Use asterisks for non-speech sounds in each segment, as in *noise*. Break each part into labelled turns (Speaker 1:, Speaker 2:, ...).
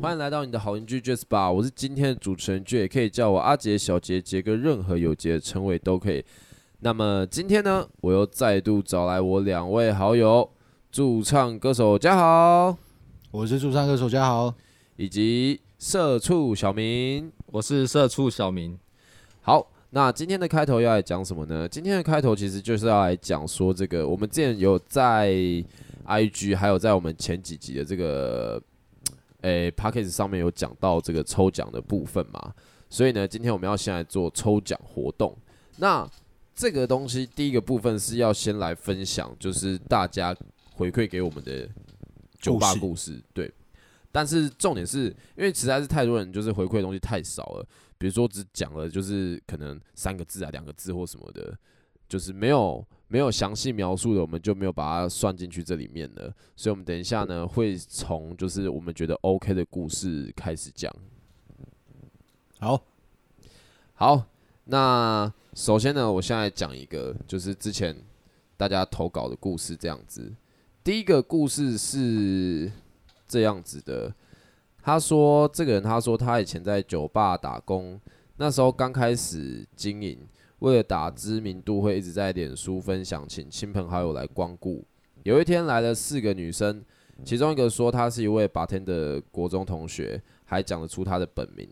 Speaker 1: 欢迎来到你的好邻居 Jazz Bar，我是今天的主持人 J，也可以叫我阿杰、小杰、杰哥，任何有杰的称谓都可以。那么今天呢，我又再度找来我两位好友，驻唱歌手嘉豪
Speaker 2: 我是驻唱歌手嘉豪，
Speaker 1: 以及社畜小明。
Speaker 3: 我是社畜小明，
Speaker 1: 好，那今天的开头要来讲什么呢？今天的开头其实就是要来讲说这个，我们之前有在 IG，还有在我们前几集的这个诶 p a c k a g e 上面有讲到这个抽奖的部分嘛，所以呢，今天我们要先来做抽奖活动。那这个东西第一个部分是要先来分享，就是大家回馈给我们的酒吧
Speaker 2: 故事
Speaker 1: 故事，对。但是重点是因为实在是太多人就是回馈的东西太少了，比如说只讲了就是可能三个字啊、两个字或什么的，就是没有没有详细描述的，我们就没有把它算进去这里面了。所以我们等一下呢，会从就是我们觉得 OK 的故事开始讲。
Speaker 2: 好，
Speaker 1: 好，那首先呢，我现在讲一个，就是之前大家投稿的故事这样子。第一个故事是这样子的，他说这个人他说他以前在酒吧打工，那时候刚开始经营，为了打知名度会一直在脸书分享，请亲朋好友来光顾。有一天来了四个女生，其中一个说她是一位 bartender 的国中同学，还讲得出她的本名。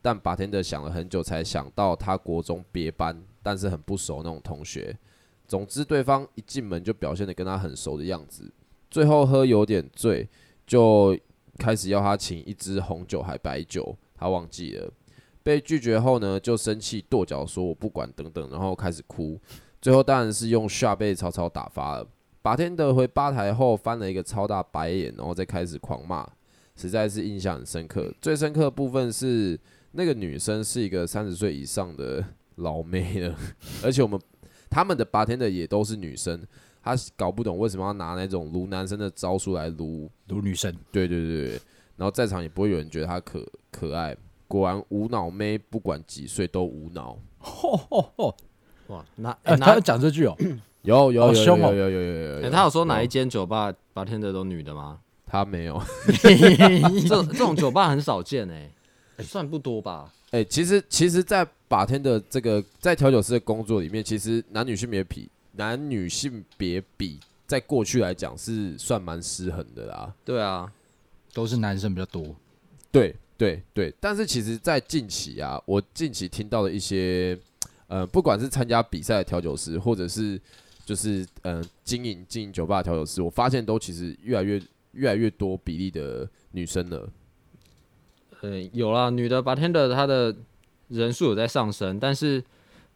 Speaker 1: 但 bartender 想了很久才想到他国中别班，但是很不熟那种同学。总之，对方一进门就表现得跟他很熟的样子。最后喝有点醉，就开始要他请一支红酒还白酒，他忘记了。被拒绝后呢，就生气跺脚说“我不管”等等，然后开始哭。最后当然是用下被草草打发了。bartender 回吧台后翻了一个超大白眼，然后再开始狂骂，实在是印象很深刻。最深刻的部分是。那个女生是一个三十岁以上的老妹了，而且我们他们的 bartender 也都是女生，她搞不懂为什么要拿那种撸男生的招数来撸，
Speaker 2: 卢女神，
Speaker 1: 对对对对，然后在场也不会有人觉得她可可爱。果然无脑妹不管几岁都无脑，
Speaker 2: 吼吼吼，
Speaker 3: 哇，哪
Speaker 2: 呃，他
Speaker 3: 哪
Speaker 2: 要？讲这句哦，
Speaker 1: 有有
Speaker 2: 好
Speaker 1: 有有
Speaker 2: 凶哦
Speaker 1: 有有有有有
Speaker 3: 哎
Speaker 1: 有，
Speaker 3: 他有说
Speaker 1: 啊
Speaker 3: 哪一间酒吧 bartender 都女的吗？
Speaker 1: 她没有，
Speaker 3: 这种这种酒吧很少见哎，
Speaker 1: 欸
Speaker 3: 算不多吧？
Speaker 1: 哎、其实其实，在 bartender 这个在调酒师的工作里面，其实男女性别比男女性别比在过去来讲是算蛮失衡的啦。
Speaker 3: 对啊，
Speaker 2: 都是男生比较多，
Speaker 1: 对对对，但是其实，在近期啊，我近期听到的一些，呃，不管是参加比赛的调酒师，或者是就是呃经营经营酒吧的调酒师，我发现都其实越来越越来越多比例的女生了。
Speaker 3: 呃，有啦，女的 bartender 她的人数有在上升，但是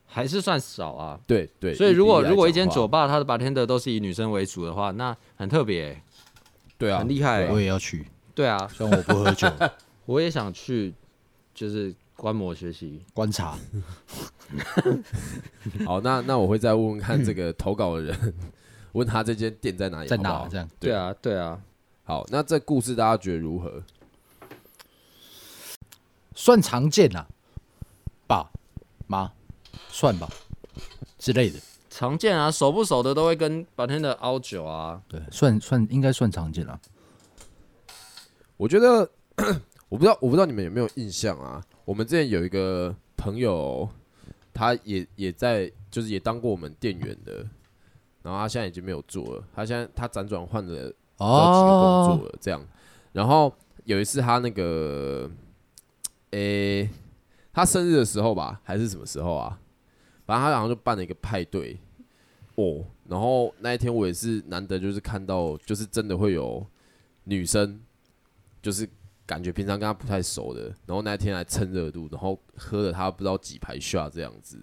Speaker 3: 还是算少啊。
Speaker 1: 对对，
Speaker 3: 所以
Speaker 1: 以
Speaker 3: 如
Speaker 1: 比
Speaker 3: 果
Speaker 1: 例来
Speaker 3: 如果
Speaker 1: 讲
Speaker 3: 一间
Speaker 1: 的话
Speaker 3: 酒吧它的 bartender 都是以女生为主的话，那很特别欸、
Speaker 1: 对啊
Speaker 3: 很厉害
Speaker 1: 对啊
Speaker 2: 我也要去，
Speaker 3: 对啊，
Speaker 2: 哎虽然我不喝酒，
Speaker 3: 我也想去，就是观摩学习。
Speaker 2: 观察，
Speaker 1: 好，那那我会再
Speaker 3: *laughs*
Speaker 1: 问问看这个投稿的人， *laughs* 问他这间店在哪里，
Speaker 2: 在
Speaker 1: 哎好不
Speaker 2: 哪
Speaker 1: 好
Speaker 2: 这样？
Speaker 1: 对
Speaker 3: 对啊，对啊，
Speaker 1: 好，那这故事大家觉得如何？
Speaker 2: 算常见啦，爸妈算吧之类的，
Speaker 3: 常见啊，熟不熟的都会跟 bartender 凹酒啊。
Speaker 2: 对，算算应该算常见啊啦。
Speaker 1: 我觉得 *coughs* 我不知道，我不知道你们有没有印象啊？我们之前有一个朋友，他也也在，就是也当过我们店员的，然后他现在已经没有做了，他现在他辗转换了不知道几个工
Speaker 2: 哦
Speaker 1: 作，了，这样。然后有一次他那个，诶、他生日的时候吧，还是什么时候啊？反正他好像就办了一个派对哦。然后那一天我也是难得，就是看到，就是真的会有女生，就是感觉平常跟他不太熟的，然后那一天来蹭热度，然后喝了他不知道几排下这样子，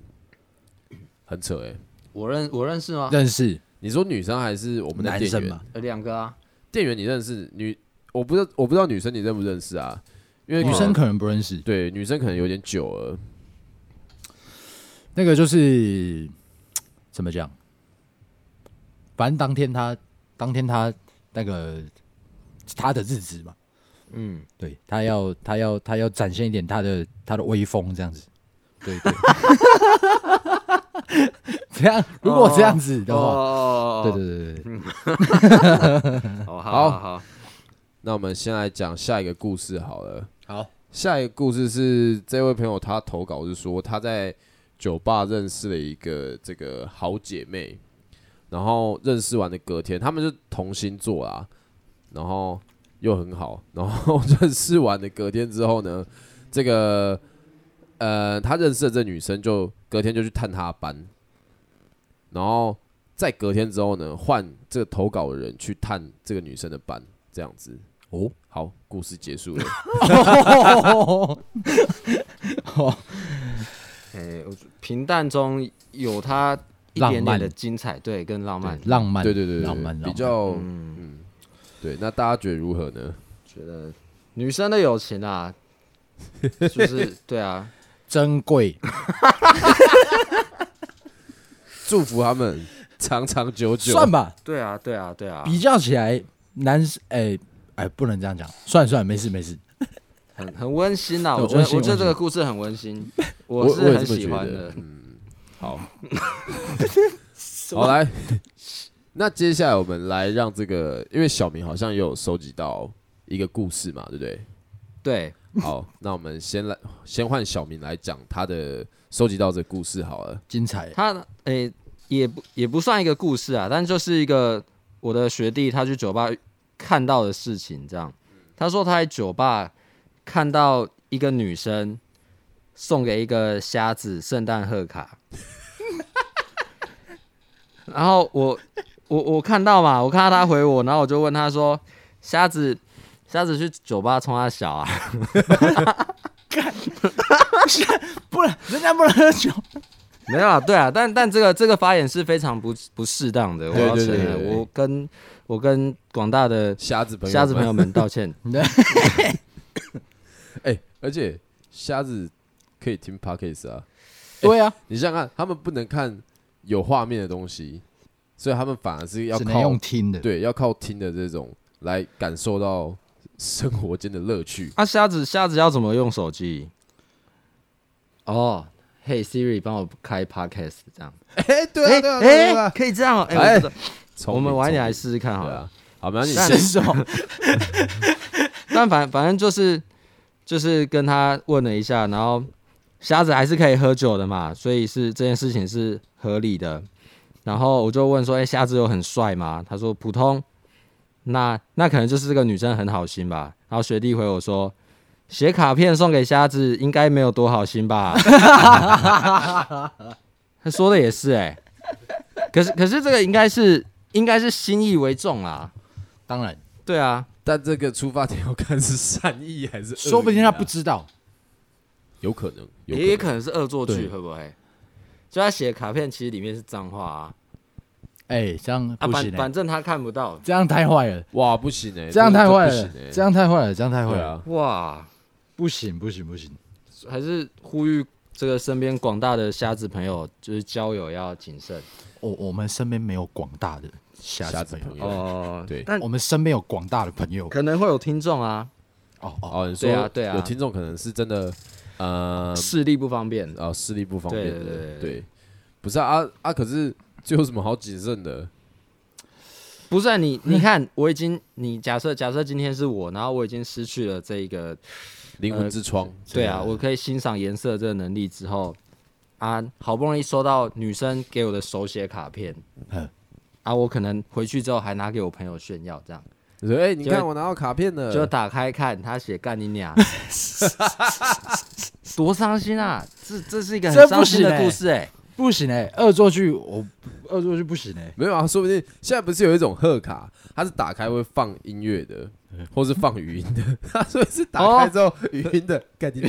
Speaker 1: 很扯诶、
Speaker 3: 我认我认识吗？
Speaker 2: 认识
Speaker 1: 你说女生还是我们的
Speaker 2: 男
Speaker 1: 店
Speaker 2: 生
Speaker 1: 员？
Speaker 2: 嘛？
Speaker 3: 呃，两个啊，
Speaker 1: 店员你认识女？我不知道，我不知道女生你认不认识啊？因为
Speaker 2: 女
Speaker 1: 可能
Speaker 2: 生可能不认识，
Speaker 1: 对女生可能有点久了，
Speaker 2: 那个就是怎么讲？反正当天他当天他那个他的日子嘛，
Speaker 3: 嗯，
Speaker 2: 对他要他要他要展现一点他的他的威风这样子。对对， *laughs* 这样如果这样子的话，
Speaker 3: 哦，
Speaker 2: 对对对对对，
Speaker 3: 对，好
Speaker 1: 好
Speaker 3: 好好，
Speaker 1: 那我们先来讲下一个故事好了。
Speaker 2: 好，
Speaker 1: 下一个故事是这位朋友他投稿是说他在酒吧认识了一个这个好姐妹，然后认识完的隔天，他们是同星座啦，然后又很好，然后 *laughs* 认识完的隔天之后呢，这个呃他认识的这女生就隔天就去探他班，然后在隔天之后呢，换这个投稿的人去探这个女生的班，这样子。
Speaker 2: 哦，
Speaker 1: 好，故事结
Speaker 2: *laughs*
Speaker 1: 束了。
Speaker 3: 哎，我平淡中有它一点
Speaker 2: 浪
Speaker 3: 点
Speaker 2: 漫
Speaker 3: 的精彩，对，跟浪漫
Speaker 2: 对，浪漫，
Speaker 1: 对对对，对
Speaker 2: 浪漫，
Speaker 1: 比
Speaker 2: 浪漫
Speaker 1: 较
Speaker 3: 嗯，
Speaker 1: 嗯，对。那大家觉得如何呢？
Speaker 3: 觉得女生的友
Speaker 2: *laughs*
Speaker 3: 情啊，就是对啊，
Speaker 2: 珍贵，
Speaker 1: 祝福他们
Speaker 3: *laughs*
Speaker 1: 长长久久。
Speaker 2: 算吧，
Speaker 3: 对啊，对啊，对啊，
Speaker 2: 比较起来，男生，哎哎，不能这样讲，算了算了，没事没事，
Speaker 3: 很很温馨啊，
Speaker 2: 对
Speaker 3: 我觉得
Speaker 2: 温馨
Speaker 3: 我觉得
Speaker 2: 温馨
Speaker 3: 这个故事很温馨，
Speaker 1: 我
Speaker 3: 是
Speaker 1: 我也
Speaker 3: 很
Speaker 1: 这么
Speaker 3: 喜
Speaker 1: 觉
Speaker 3: 欢
Speaker 1: 得
Speaker 3: 的。。
Speaker 1: 嗯，
Speaker 3: *laughs*
Speaker 1: 好，好来。那接下来我们来让这个，因为小明好像也有收集到一个故事嘛，对不对？
Speaker 3: 对，
Speaker 1: 好，那我们先来，先换小明来讲他的收集到这个故事好了。
Speaker 2: 精彩，
Speaker 3: 他诶、也不也不算一个故事啊，但就是一个我的学弟他去酒吧看到的事情，这样。他说他在酒吧看到一个女生送给一个瞎子圣诞贺卡， *laughs* 然后我我我看到嘛，我看到他回我，然后我就问他说：“瞎子，瞎子去酒吧冲他小啊
Speaker 2: 不能，人家不能喝 *laughs* 酒，？”
Speaker 3: *laughs* 没有啊，对啊，但但这个这个发言是非常不不适当的，我要
Speaker 1: 对
Speaker 3: 承
Speaker 1: 对对对
Speaker 3: 认，
Speaker 1: 对
Speaker 3: 我跟我跟广大的
Speaker 1: 瞎子朋友，
Speaker 3: 瞎子朋友，们道
Speaker 1: *laughs*
Speaker 3: 歉。
Speaker 1: 哎、而且瞎子可以听 podcast 啊。
Speaker 2: 对啊，
Speaker 1: 你想想看，他们不能看有画面的东西，所以他们反而是要
Speaker 2: 只能
Speaker 1: 靠
Speaker 2: 用听的，
Speaker 1: 对要靠听的这种来感受到生活间的乐
Speaker 2: *laughs*
Speaker 1: 趣。
Speaker 3: 啊，瞎子瞎子要怎么用手机？哦，嘿 Siri，帮我开 Podcast 这样。
Speaker 1: 哎、对
Speaker 2: 啊
Speaker 3: 哎
Speaker 1: 对
Speaker 3: 哎，可以这样哦。
Speaker 1: 哎
Speaker 3: 哎，我不知道
Speaker 1: 聪
Speaker 3: 我
Speaker 1: 明
Speaker 3: 们晚一点来
Speaker 1: 聪
Speaker 3: 试试看
Speaker 1: 明
Speaker 3: 好
Speaker 1: 对
Speaker 3: 了。
Speaker 1: 啊。好，没关系。
Speaker 3: 但
Speaker 2: 是什么？
Speaker 3: *laughs* 但反反正就是就是跟他问了一下，然后瞎子还是可以喝酒的嘛，所以是这件事情是合理的。然后我就问说：“哎、瞎子有很帅吗？”他说：“普通。那”那可能就是这个女生很好心吧。然后学弟回我说：“写卡片送给瞎子应该没有多好心吧？” *laughs* 他说的也是哎、可是可是这个应该是应该是心意为重啊啦，
Speaker 2: 当然，
Speaker 3: 对啊，
Speaker 1: 但这个出发点要看是善意还是恶意啊、
Speaker 2: 说不定他不知道，
Speaker 1: 有可能，有
Speaker 3: 也也
Speaker 1: 可能
Speaker 3: 可能是恶作
Speaker 2: 对
Speaker 3: 剧，会不会？就他写的卡片，其实里面是脏话啊，
Speaker 2: 哎，这样
Speaker 3: 啊
Speaker 2: 不
Speaker 3: 反
Speaker 2: 行欸，
Speaker 3: 反正他看不到。
Speaker 2: *laughs* 这样太坏了，
Speaker 1: 哇，不行哎、
Speaker 2: 这样太坏
Speaker 1: 这
Speaker 2: 了
Speaker 1: 不行，哎
Speaker 2: 这样太坏了，这样太坏
Speaker 1: 对
Speaker 2: 了，
Speaker 1: 啊，
Speaker 3: 哇，
Speaker 2: 不行不行不行，
Speaker 3: 还是呼吁这个身边广大的瞎子朋友，就是交友要谨慎
Speaker 2: 我我们身边没有广大的
Speaker 1: 瞎
Speaker 2: 瞎
Speaker 1: 子
Speaker 2: 子
Speaker 1: 啊朋
Speaker 2: 朋
Speaker 1: 友
Speaker 2: 友，
Speaker 3: 哦
Speaker 1: 对
Speaker 3: 但
Speaker 2: 我们身边有广大的朋友，
Speaker 3: 可能会有听众啊，
Speaker 2: 哦哦，
Speaker 1: 哦，你说
Speaker 3: 对啊对啊
Speaker 1: 有听众可能是真的，呃，
Speaker 3: 视力不方便。
Speaker 1: 啊，视力不方便
Speaker 3: 对
Speaker 1: 的，
Speaker 3: 对对对
Speaker 1: 不是啊啊啊！可是 *laughs* 这有什么好谨慎的？
Speaker 3: 不是啊你，你看，我已经，你假设假设今天是我，然后我已经失去了这一个
Speaker 1: 灵魂之窗，
Speaker 3: 对啊，我可以欣赏颜色这个能力之后，啊，好不容易收到女生给我的手写卡片
Speaker 2: 嗯，
Speaker 3: 啊，我可能回去之后还拿给我朋友炫耀，这样
Speaker 1: 你说哎，你
Speaker 3: 就
Speaker 1: 看我拿到卡片
Speaker 2: 嗯
Speaker 1: 了，
Speaker 3: 就打开看，他写干你
Speaker 2: *laughs*
Speaker 3: 娘， *laughs* 多伤心啊！这这是一个
Speaker 2: 这
Speaker 3: 很
Speaker 2: 不
Speaker 3: 伤心的
Speaker 2: 行欸
Speaker 3: 故事哎、
Speaker 2: 不行哎，恶作剧我恶作剧不行哎，
Speaker 1: 没有啊？说不定现在不是有一种贺卡，它是打开会放音乐的，或是放语音的， *laughs* 它所以是
Speaker 3: 哦
Speaker 1: 打开之后语音的盖蒂。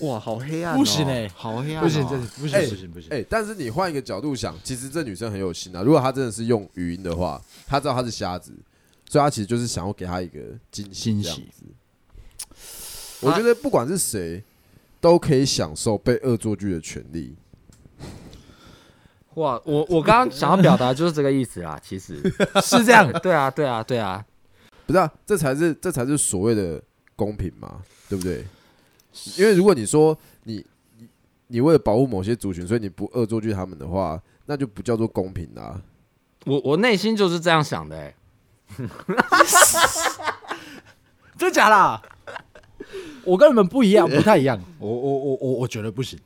Speaker 3: 哇，好黑暗、
Speaker 2: 不行欸
Speaker 3: 好黑暗、哦
Speaker 2: 不行这不
Speaker 1: 哎
Speaker 2: 行不行不行，
Speaker 1: 哎，但是你换一个角度想，其实这女生很有心啊。如果她真的是用语音的话，她知道她是瞎子，所以她其实就是想要给她一个惊喜，
Speaker 2: 惊
Speaker 1: 这样
Speaker 2: 喜
Speaker 1: 子。我觉得不管是谁，都可以享受被恶作剧的权利。
Speaker 3: 哇，我我刚刚想要表达就是这个意思啊，其实
Speaker 2: *laughs* 是这样，
Speaker 3: *laughs* 对啊，对啊，对啊，
Speaker 1: 不是啊，这才是这才是所谓的公平嘛，对不对？因为如果你说你你为了保护某些族群，所以你不恶作剧他们的话，那就不叫做公平啊啦、
Speaker 3: 我我内心就是这样想的、欸，
Speaker 2: 真假啦？我跟你们不一样，不太一样。 *laughs* 我我我我我觉得不行。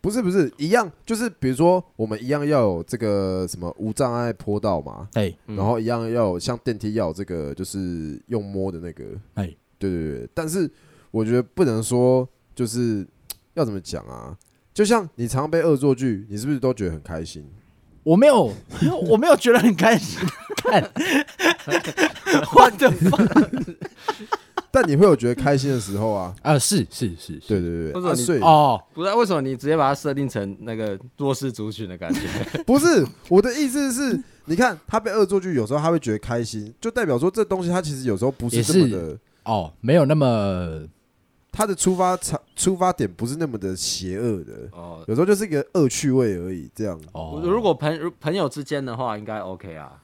Speaker 1: 不是不是一样，就是比如说我们一样要有这个什么无障碍坡道嘛，
Speaker 2: 哎
Speaker 1: 然后一样要有像电梯要有这个就是用摸的那个，
Speaker 2: 哎，
Speaker 1: 对对对，但是我觉得不能说就是要怎么讲啊，就像你常常被恶作剧，你是不是都觉得很开心？ *laughs*
Speaker 2: 我没有， *laughs* 我没有觉得很开 *laughs* 心。看，
Speaker 3: 我的妈！
Speaker 1: 但你会有觉得开心的时候啊，
Speaker 2: 啊，是是是，是
Speaker 1: 对对
Speaker 3: 或
Speaker 1: 对，
Speaker 3: 者
Speaker 1: 啊、
Speaker 3: 你
Speaker 1: 所以
Speaker 2: 哦，
Speaker 3: 不知道为什么你直接把它设定成那个弱势族群的感觉，
Speaker 1: 不是我的意思是， *laughs* 你看他被恶作剧，有时候他会觉得开心，就代表说这东西他其实有时候不是
Speaker 2: 也
Speaker 1: 这么
Speaker 2: 是
Speaker 1: 的，
Speaker 2: 哦，没有那么
Speaker 1: 他的出发场出发点不是那么的邪恶的，
Speaker 3: 哦，
Speaker 1: 有时候就是一个恶趣味而已，这样。
Speaker 2: 哦，
Speaker 3: 如果朋如朋友之间的话，应该 OK 啊。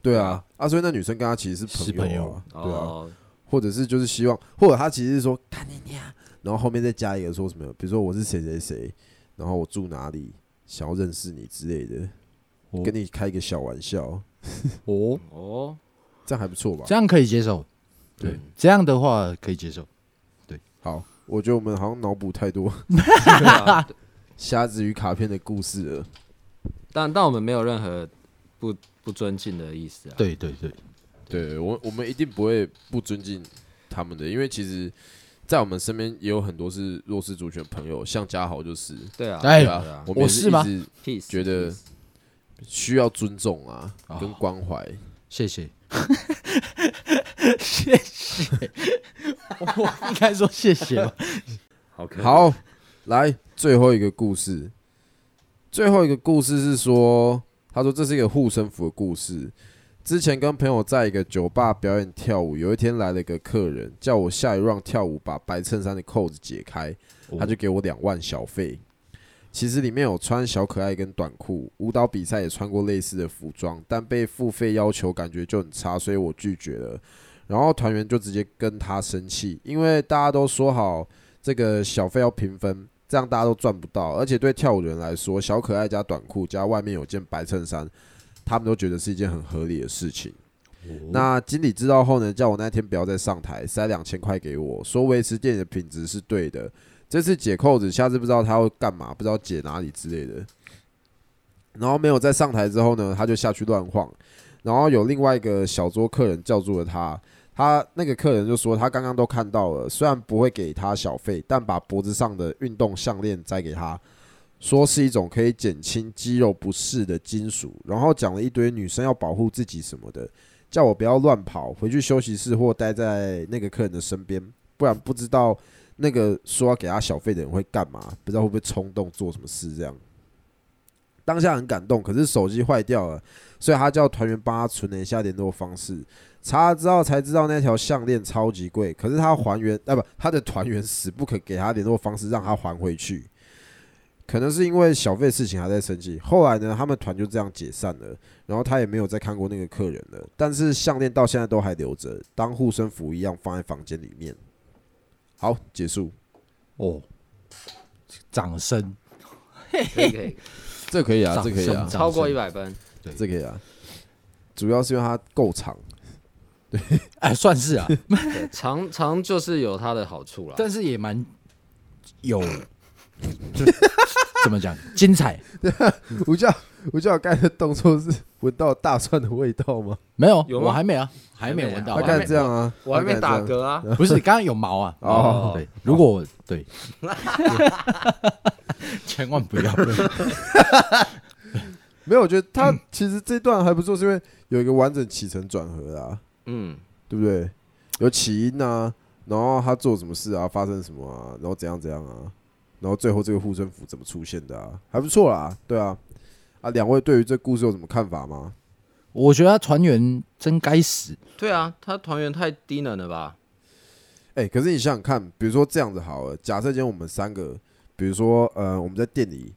Speaker 1: 对啊，啊，所以那女生跟他其实是
Speaker 2: 是
Speaker 1: 朋
Speaker 2: 朋
Speaker 1: 友
Speaker 2: 友
Speaker 1: 啊，对啊，
Speaker 3: 哦，
Speaker 1: 或者是就是希望，或者他其实是说干你娘，然后后面再加一个说什么，比如说我是谁谁谁，然后我住哪里，想要认识你之类的，
Speaker 2: 哦
Speaker 1: 跟你开一个小玩笑，
Speaker 2: 哦，
Speaker 3: 哦，
Speaker 1: 这样还不错吧
Speaker 2: 这？样可以接受，对，这样的话可以接受。
Speaker 1: 好，我觉得我们好像脑补太多 *laughs*
Speaker 3: 对啊
Speaker 1: 瞎子与卡片的故事了。
Speaker 3: 但但我们没有任何不不尊敬的意思啊。
Speaker 2: 对对对，
Speaker 1: 对我，我们一定不会不尊敬他们的，因为其实，在我们身边也有很多是弱势族群的朋友，像嘉豪就是，
Speaker 3: 对啊，
Speaker 2: 哎
Speaker 1: 对
Speaker 3: 对
Speaker 1: 啊，
Speaker 3: 啊
Speaker 1: 我们也是
Speaker 2: 我是吗
Speaker 1: 一直
Speaker 3: ，peace，
Speaker 1: 觉得
Speaker 3: peace
Speaker 1: 需要尊重啊，
Speaker 2: 哦
Speaker 1: 跟关怀。
Speaker 2: 谢谢， *laughs* 谢谢， *laughs* 我应该说谢谢吧。
Speaker 3: 好可
Speaker 1: 好，来最后一个故事。最后一个故事是说，他说这是一个护身符的故事。之前跟朋友在一个酒吧表演跳舞，有一天来了一个客人，叫我下一 round 跳舞，把白衬衫的扣子解开，
Speaker 2: 哦
Speaker 1: 他就给我两万小费。其实里面有穿小可爱跟短裤，舞蹈比赛也穿过类似的服装，但被付费要求感觉就很差，所以我拒绝了。然后团员就直接跟他生气，因为大家都说好这个小费要平分，这样大家都赚不到。而且对跳舞的人来说，小可爱加短裤加外面有件白衬衫，他们都觉得是一件很合理的事情。那经理知道后呢，叫我那天不要再上台，塞两千块给我，说维持店的品质是对的。这次解扣子，下次不知道他会干嘛，不知道解哪里之类的。然后没有再上台之后呢，他就下去乱晃。然后有另外一个小桌客人叫住了他，他那个客人就说他刚刚都看到了，虽然不会给他小费，但把脖子上的运动项链摘给他，说是一种可以减轻肌肉不适的金属，然后讲了一堆女生要保护自己什么的，叫我不要乱跑，回去休息室或待在那个客人的身边，不然不知道那个说要给他小费的人会干嘛，不知道会不会冲动做什么事这样。当下很感动，可是手机坏掉了，所以他叫团员帮他存了一下联络方式。查了之后才知道那条项链超级贵，可是他还原啊不，他的团员死不肯给他联络方式，让他还回去。可能是因为小费事情还在生气，后来呢，他们团就这样解散了，然后他也没有再看过那个客人了。但是项链到现在都还留着，当护身符一样放在房间里面。好，结束。
Speaker 2: 哦，掌声，
Speaker 3: 可以可以，
Speaker 1: 这可以啊
Speaker 2: 掌声，掌声
Speaker 3: *laughs* 超过一百分，
Speaker 1: 这可以啊。主要是因为它够 *laughs* 长，
Speaker 2: 哎，算是啊，
Speaker 3: 对长长就是有它的好处啦。
Speaker 2: 但是也蛮有， *laughs* 就怎么讲，精彩。
Speaker 1: 吴教吴教刚才的动作是闻到大蒜的味道吗？
Speaker 2: 没有，
Speaker 3: 有吗
Speaker 2: 我还没啊，还没有
Speaker 3: 还没啊
Speaker 2: 闻到
Speaker 1: 他
Speaker 3: 我
Speaker 2: 啊。
Speaker 1: 刚
Speaker 3: 看
Speaker 1: 才这样啊，
Speaker 3: 我还
Speaker 1: 他
Speaker 3: 没
Speaker 1: 刚才
Speaker 3: 打
Speaker 1: 这样
Speaker 3: 嗝啊，
Speaker 2: *laughs* 不是，刚刚有毛啊。
Speaker 1: 哦
Speaker 2: 对，如果我对， *laughs* 千万不要。
Speaker 1: 没有，我觉得他其实这段还不错，是因为有一个完整起承转合啊，
Speaker 3: 嗯，
Speaker 1: 对不对？有起因啊，然后他做什么事啊，发生什么啊，然后怎样怎样啊，然后最后这个护身符怎么出现的啊，还不错啦，对啊。啊，两位对于这故事有什么看法吗？
Speaker 2: *laughs* 我觉得他船员真该死，
Speaker 3: 对啊，他团员太低能了吧？
Speaker 1: 哎、可是你想想看，比如说这样子好了，假设今天我们三个，比如说呃，我们在店里，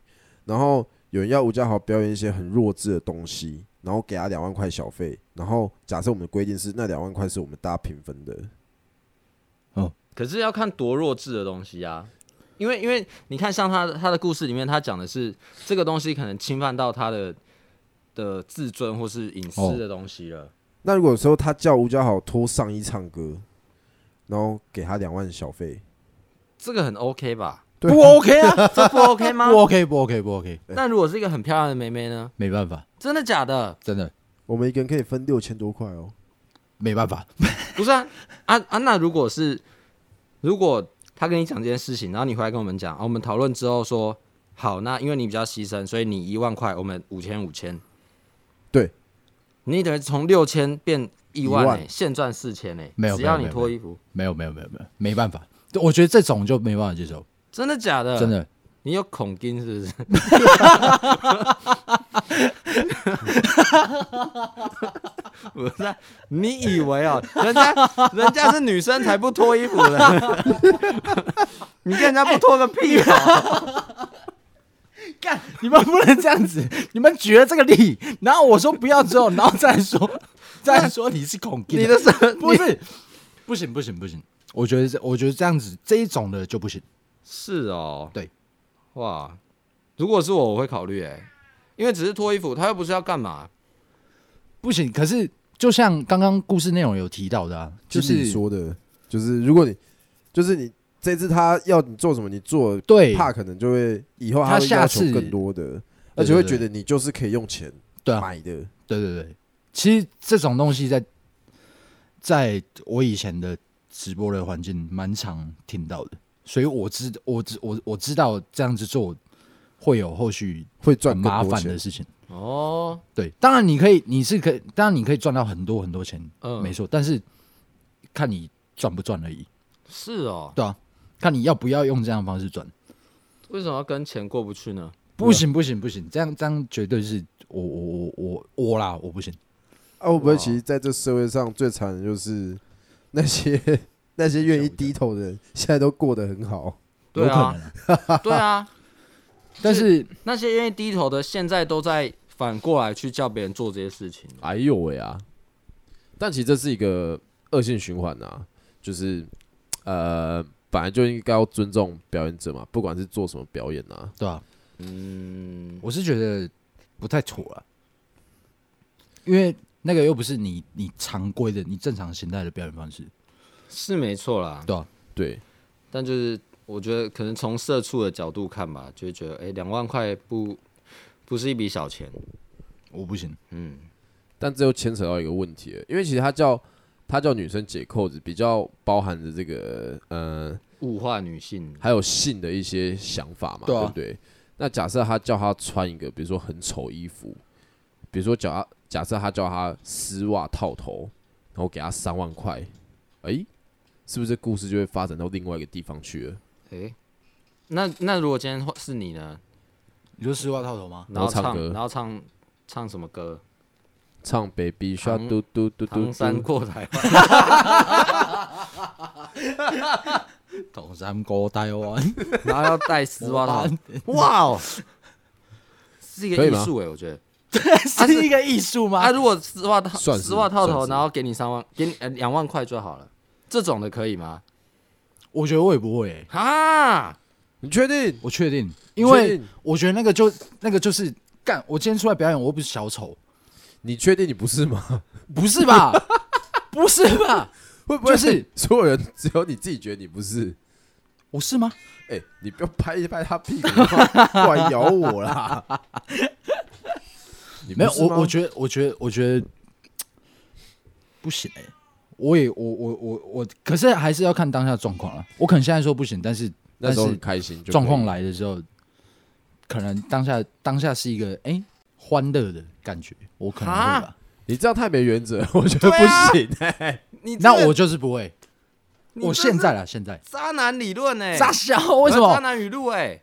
Speaker 1: 然后有人要吴家豪表演一些很弱智的东西，然后给他两万块小费，然后假设我们的规定是那两万块是我们大家平分的，
Speaker 3: 可是要看多弱智的东西啊。因为因为你看，像他的他的故事里面，他讲的是这个东西可能侵犯到他的的自尊或是隐私的东西了。
Speaker 4: 那如果有时候他叫吴家豪脱上衣唱歌，然后给他两万小费，
Speaker 3: 这个很 OK 吧？
Speaker 4: 对
Speaker 3: 不 OK 啊？这不 OK 吗
Speaker 2: 不？OK，不 OK，不 OK，
Speaker 3: 那如果是一个很漂亮的妹妹呢？
Speaker 2: 没办法，
Speaker 3: 真的假的？
Speaker 2: 真的
Speaker 4: 我们一个人可以分六千多块哦。
Speaker 2: 没办法。
Speaker 3: 不是啊，啊啊！那如果是如果他跟你讲这件事情，然后你回来跟我们讲，啊，我们讨论之后说，好，那因为你比较牺牲，所以你一万块，我们五千五千。
Speaker 4: 对，
Speaker 3: 你等于从六千变一
Speaker 4: 一
Speaker 3: 万、欸，
Speaker 4: 万
Speaker 3: 现赚四千呢、
Speaker 2: 没有
Speaker 3: 只要
Speaker 2: 没有
Speaker 3: 你脱衣服，
Speaker 2: 没有没有没有没有，没办法。我觉得这种就没办法接受，
Speaker 3: 真的假的？
Speaker 2: 真，的。
Speaker 3: 你有恐惊是
Speaker 2: *laughs*
Speaker 3: 不是？不是啊、你以为哦，人家人家是女生才不脱衣服的，
Speaker 2: *laughs*
Speaker 3: 你跟人家不脱个屁啊！
Speaker 2: 干，你们不能这样子，你们举了这个例，然后我说不要之后，然后再 *laughs* 说，再说 *laughs* 你是恐惧，
Speaker 3: 你的什
Speaker 2: 不是，不行不行不行，我觉得这我觉得这样子这一种的就不行。
Speaker 3: 是哦，
Speaker 2: 对，
Speaker 3: 哇，如果是我，我会考虑哎、因为只是脱衣服，他又不是要干嘛，
Speaker 2: 不行，可是就像刚刚故事内容有提到的啊，就
Speaker 4: 就是
Speaker 2: 是
Speaker 4: 你说的，就是如果你，就是你这次他要你做什么，你做了
Speaker 2: 对
Speaker 4: 怕可能就会以后
Speaker 2: 他
Speaker 4: 会
Speaker 2: 下
Speaker 4: 要求
Speaker 2: 次
Speaker 4: 更多的，
Speaker 2: 对
Speaker 4: 而且会
Speaker 2: 对
Speaker 4: 觉得你就是可以用钱
Speaker 2: 对啊，
Speaker 4: 买的。
Speaker 2: 对对对，其实这种东西在在我以前的直播的环境蛮常听到的，所以我知我知我我知道这样子做会有后续
Speaker 4: 会赚
Speaker 2: 很
Speaker 4: 更
Speaker 2: 麻
Speaker 4: 多
Speaker 2: 烦
Speaker 4: 钱
Speaker 2: 的事情。
Speaker 3: 哦，
Speaker 2: 对，当然你可以，你是可以，当然你可以赚到很多很多钱，
Speaker 3: 嗯
Speaker 2: 没错。但是看你赚不赚而已，
Speaker 3: 是哦，
Speaker 2: 对啊，看你要不要用这样的方式赚。
Speaker 3: 为什么要跟钱过不去呢？
Speaker 2: 不行不行不行，这样这样绝对是我我我我我啦，我不行。
Speaker 4: 啊，会不会
Speaker 3: 哇
Speaker 4: 其实在这社会上最惨的就是那些 *laughs* 那些愿意低头的人，现在都过得很好。
Speaker 3: 对
Speaker 2: 有可
Speaker 3: 啊
Speaker 2: 能，啊
Speaker 3: *laughs* 对啊，
Speaker 2: 但是
Speaker 3: 那些愿意低头的，现在都在反过来去叫别人做这些事情。
Speaker 1: 哎呦喂啊！但其实这是一个恶性循环啊，就是呃，本来就应该要尊重表演者嘛，不管是做什么表演啊，
Speaker 2: 对啊，
Speaker 3: 嗯，
Speaker 2: 我是觉得不太妥了，因为那个又不是你你常规的你正常形态的表演方式，
Speaker 3: 是没错啦，
Speaker 2: 对啊，
Speaker 1: 对，
Speaker 3: 但就是我觉得可能从社畜的角度看吧，就会觉得哎，两、万块不不是一笔小钱。
Speaker 2: 我不行。
Speaker 3: 嗯，
Speaker 1: 但这又牵扯到一个问题了，因为其实他叫他叫女生解扣子，比较包含着这个呃，
Speaker 3: 物化女性，
Speaker 1: 还有性的一些想法嘛，
Speaker 2: 对啊
Speaker 1: 不对？那假设他叫他穿一个，比如说很丑衣服，比如说假假设他叫他丝袜套头，然后给他三万块，诶，是不是这故事就会发展到另外一个地方去了？
Speaker 3: 哎、那那如果今天是你呢？
Speaker 2: 你说丝袜套头吗？ *laughs*
Speaker 1: 然后
Speaker 3: 然后
Speaker 1: 唱
Speaker 3: 唱，
Speaker 1: 歌
Speaker 3: 然后唱唱什么歌？
Speaker 1: 唱 Baby Shark
Speaker 3: 唐
Speaker 1: 嘟嘟嘟嘟
Speaker 3: 唐山
Speaker 1: 嘟，
Speaker 3: 过台湾。
Speaker 2: 董三哥台湾，
Speaker 3: 然后要带丝
Speaker 1: *laughs*
Speaker 3: 袜套
Speaker 2: 模，
Speaker 3: 哇哦， *laughs* 是一个
Speaker 1: 可以
Speaker 3: 艺
Speaker 1: 吗
Speaker 3: 术哎，我觉得。
Speaker 2: *laughs* 是一个艺术吗
Speaker 3: 啊，如果丝袜套
Speaker 1: 算是
Speaker 3: 丝袜套
Speaker 1: 算
Speaker 3: 头，
Speaker 1: 是
Speaker 3: 然后给你三万，给你呃两万块就好了，这种的可以吗？
Speaker 2: 我觉得我也不会欸、
Speaker 3: 啊，
Speaker 4: 你确定？
Speaker 2: 我确定，
Speaker 4: 你
Speaker 2: 因
Speaker 4: 确
Speaker 2: 为
Speaker 4: 定
Speaker 2: 我觉得那个就那个就是干，我今天出来表演，我又不是小丑，
Speaker 1: 你确定你不是吗？ *laughs*
Speaker 2: 不是 *laughs* 吧？不是吧？
Speaker 1: 会不会
Speaker 2: 就是
Speaker 1: 所有人只有你自己觉得你不是？
Speaker 2: 我是吗？
Speaker 1: 哎、你不要拍一拍他屁股，
Speaker 2: *laughs*
Speaker 1: 过来咬我啦！你不
Speaker 2: 没有，
Speaker 1: 是吗
Speaker 2: 我我觉得，我觉得，我觉得不行哎、我也，我我我我，可是还是要看当下状况了。我可能现在说不行，但是
Speaker 1: 那时候
Speaker 2: 但是
Speaker 1: 很开心就可以，
Speaker 2: 状况来的时候，可能当下当下是一个哎、欢乐的感觉，我可能会吧。
Speaker 1: 你这样太没原
Speaker 2: *laughs*
Speaker 1: 则，我觉得
Speaker 3: 对
Speaker 1: 不
Speaker 3: 啊
Speaker 1: 行哎、
Speaker 3: 你这
Speaker 2: 那
Speaker 3: 个
Speaker 2: 我就是不会，
Speaker 3: 你
Speaker 2: 我
Speaker 3: 这
Speaker 2: 现
Speaker 3: 是
Speaker 2: 在啦，现在
Speaker 3: 渣男理论哎，
Speaker 2: 傻笑，为什
Speaker 3: 我要渣
Speaker 2: 么？
Speaker 3: 男语录哎，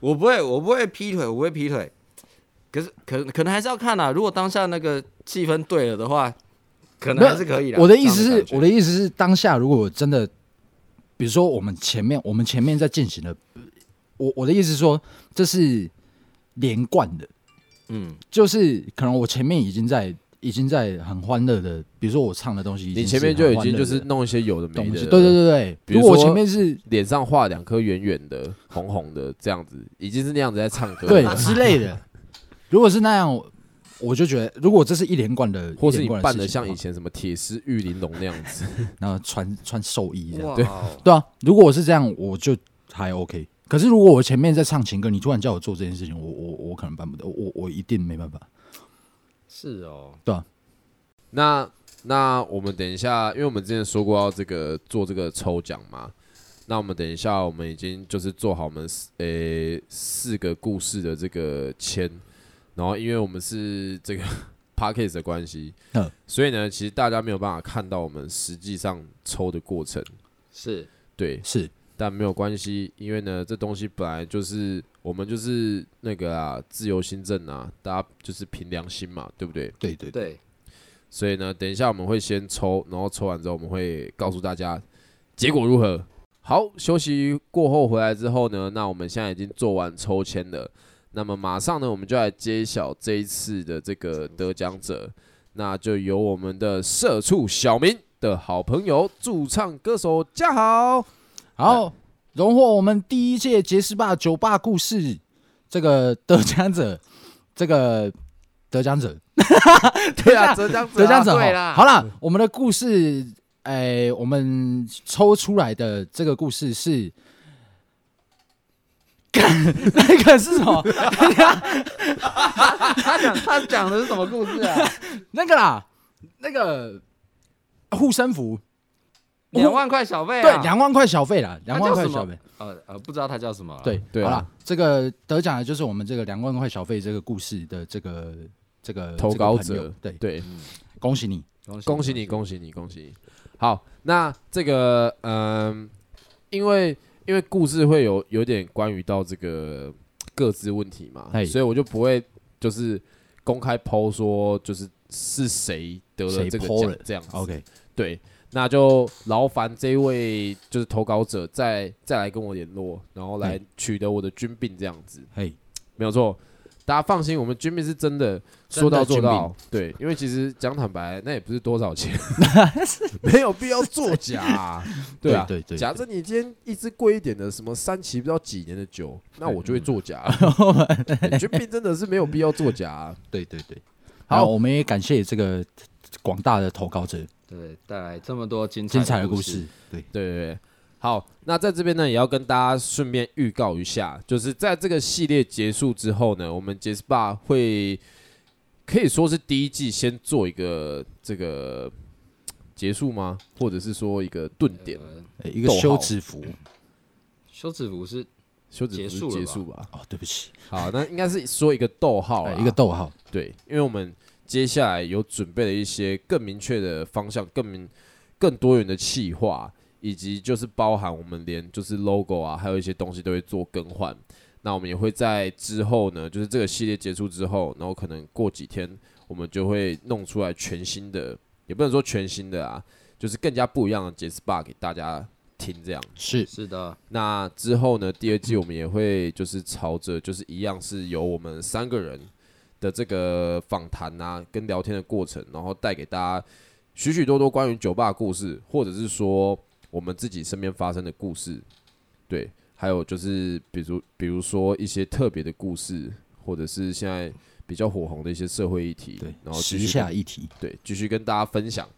Speaker 3: 我不会，我不会劈腿，我不会劈腿，可是可可能还是要看啊啦，如果当下那个气氛对了的话，可
Speaker 2: 没
Speaker 3: 能
Speaker 2: 有
Speaker 3: 还是可以的。
Speaker 2: 我的意思是，我的
Speaker 3: 的
Speaker 2: 意思是，当下如果我真的，比如说我们前面我们前面在进行的，我我的意思是说，这是连贯的，
Speaker 3: 嗯
Speaker 2: 就是可能我前面已经在已经在很欢乐的，比如说我唱的东西，
Speaker 1: *laughs* 你前面就已经就是弄一些有的没
Speaker 2: 东
Speaker 1: 的
Speaker 2: 西，
Speaker 1: 了，
Speaker 2: 对对对对。
Speaker 1: 比如
Speaker 2: 果我
Speaker 1: 说
Speaker 2: 前面是
Speaker 1: 脸上画两颗圆圆的、红红的这样子，已经是那样子在唱歌了，
Speaker 2: 对之类的，如果是那样，我我就觉得，如果这是一连贯的，
Speaker 1: 或是
Speaker 2: 一
Speaker 1: 你
Speaker 2: 连贯
Speaker 1: 扮
Speaker 2: 事
Speaker 1: 的
Speaker 2: 情
Speaker 1: 像
Speaker 2: 话
Speaker 1: 以前什么铁丝玉玲珑那样子，
Speaker 2: 然后穿穿寿衣这样，
Speaker 1: 对
Speaker 4: 哇
Speaker 2: 对啊。如果我是这样，我就还 OK。可是如果我前面在唱情歌，你突然叫我做这件事情，我我我可能办不到，我我一定没办法。啊
Speaker 3: 是哦，
Speaker 1: 那那我们等一下，因为我们之前说过要这个做这个抽奖嘛，那我们等一下，我们已经就是做好我们四诶、四个故事的这个签，然后因为我们是这个 *laughs* p a c k a g e 的关系
Speaker 2: 嗯，
Speaker 1: 所以呢，其实大家没有办法看到我们实际上抽的过程，
Speaker 3: 是
Speaker 1: 对，
Speaker 2: 是
Speaker 1: 但没有关系，因为呢，这东西本来就是我们就是那个啊，自由新政啊，大家就是凭良心嘛，对不对？
Speaker 2: 对对对，
Speaker 3: 对，
Speaker 1: 所以呢，等一下我们会先抽，然后抽完之后我们会告诉大家结果如何。好，休息过后回来之后呢，那我们现在已经做完抽签了，那么马上呢，我们就来揭晓这一次的这个得奖者，那就由我们的社畜小明的好朋友驻唱歌手嘉豪。
Speaker 2: 好，荣获我们第一届杰士霸酒吧故事这个得奖者， *laughs* 这个得奖者，
Speaker 1: 对啊，得奖者啊，
Speaker 2: 得奖者
Speaker 1: 对
Speaker 2: 哈，
Speaker 1: 啦，
Speaker 2: 好啦，我们的故事，哎、我们抽出来的这个故事是，干 *laughs* 那个是什么？
Speaker 3: 他讲他讲的是什么故事啊？
Speaker 2: 那个啦，那个护身符，
Speaker 3: 两万块小费
Speaker 2: 对，
Speaker 3: 啊？
Speaker 2: 两万块小费啦，两万
Speaker 3: 它
Speaker 2: 块
Speaker 3: 叫什么
Speaker 2: 小费，
Speaker 3: 呃呃，不知道他叫什么啊？
Speaker 2: 对，
Speaker 1: 对啊
Speaker 2: 好啦，这个得奖的就是我们这个两万块小费这个故事的这个这个
Speaker 1: 投稿
Speaker 2: 这个朋
Speaker 1: 者
Speaker 2: 友，对，
Speaker 1: 对，
Speaker 2: 恭喜你，
Speaker 1: 恭喜你，恭喜你，恭喜你。好，那这个，嗯，因为因为故事会有有点关于到这个各自问题嘛
Speaker 2: 嘿，
Speaker 1: 所以我就不会就是公开抛说就是是谁得了
Speaker 2: 谁
Speaker 1: 这个
Speaker 2: po
Speaker 1: 奖
Speaker 2: 了
Speaker 1: 这样子。
Speaker 2: ，OK，
Speaker 1: 对，那就劳烦这位就是投稿者再再来跟我联络，然后来
Speaker 2: 嘿
Speaker 1: 取得我的军病这样子。
Speaker 2: 嘿，
Speaker 1: 没有错。大家放心，我们军命是真的
Speaker 2: 真的
Speaker 1: 说到做
Speaker 2: 军
Speaker 1: 到，对，因为其实讲坦白，那也不是多少
Speaker 2: *laughs*
Speaker 1: 钱，没有必要作假啊、对啊。
Speaker 2: 对对，
Speaker 1: 假设你今天一支贵一点的，什么三期不知道几年的酒，那我就会作假。
Speaker 2: *laughs*
Speaker 1: 军命真的是没有必要作假啊、
Speaker 2: 对对对。
Speaker 1: 好
Speaker 2: 好，我们也感谢这个广大的投稿者，
Speaker 3: 对，带来这么多精
Speaker 2: 精
Speaker 3: 彩
Speaker 2: 彩的
Speaker 3: 故
Speaker 2: 故事。。对，
Speaker 1: 对对对，好，那在这边呢，也要跟大家顺便预告一下，就是在这个系列结束之后呢，我们杰斯霸会可以说是第一季先做一个这个结束吗？或者是说一个顿点？
Speaker 3: 呃
Speaker 2: 呃一个
Speaker 1: 逗号
Speaker 2: 休止符。
Speaker 3: 休止符是
Speaker 1: 休止符是
Speaker 3: 结束了吧
Speaker 1: 结束吧。
Speaker 2: 哦，对不起，
Speaker 1: 好，那应该是说一个逗号啦
Speaker 2: 呃一个逗号。
Speaker 1: 对，因为我们接下来有准备了一些更明确的方向，更明更多元的企划，以及就是包含我们连就是 logo 啊，还有一些东西都会做更换。那我们也会在之后呢，就是这个系列结束之后，然后可能过几天，我们就会弄出来全新的，也不能说全新的啊，就是更加不一样的杰斯霸给大家听这样。
Speaker 2: 是
Speaker 3: 是的，
Speaker 1: 那之后呢，第二季我们也会就是朝着就是一样是由我们三个人的这个访谈啊，跟聊天的过程，然后带给大家许许多多关于酒吧的故事，或者是说我们自己身边发生的故事，对，还有就是比如比如说一些特别的故事，或者是现在比较火红的一些社会议题，
Speaker 2: 对，
Speaker 1: 然后继
Speaker 2: 时
Speaker 1: 续
Speaker 2: 下议题。
Speaker 1: 对，继续跟大家分享。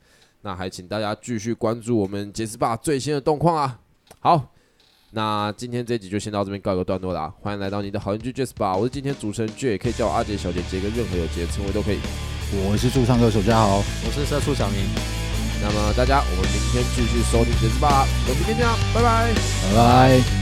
Speaker 1: 那还请大家继续关注我们杰斯霸最新的动况啊。好，那今天这集就先到这边告一个段落啦。欢迎来到你的好邻居杰斯霸，我是今天主持人 J，也可以叫我阿杰、小杰、杰哥，任何有杰的称谓都可以。
Speaker 2: 我是驻唱歌手嘉豪，
Speaker 3: 我是社畜小明。
Speaker 1: 那么大家，我们明天继续收听杰斯霸，我们明天见啊，拜拜。
Speaker 2: 拜拜。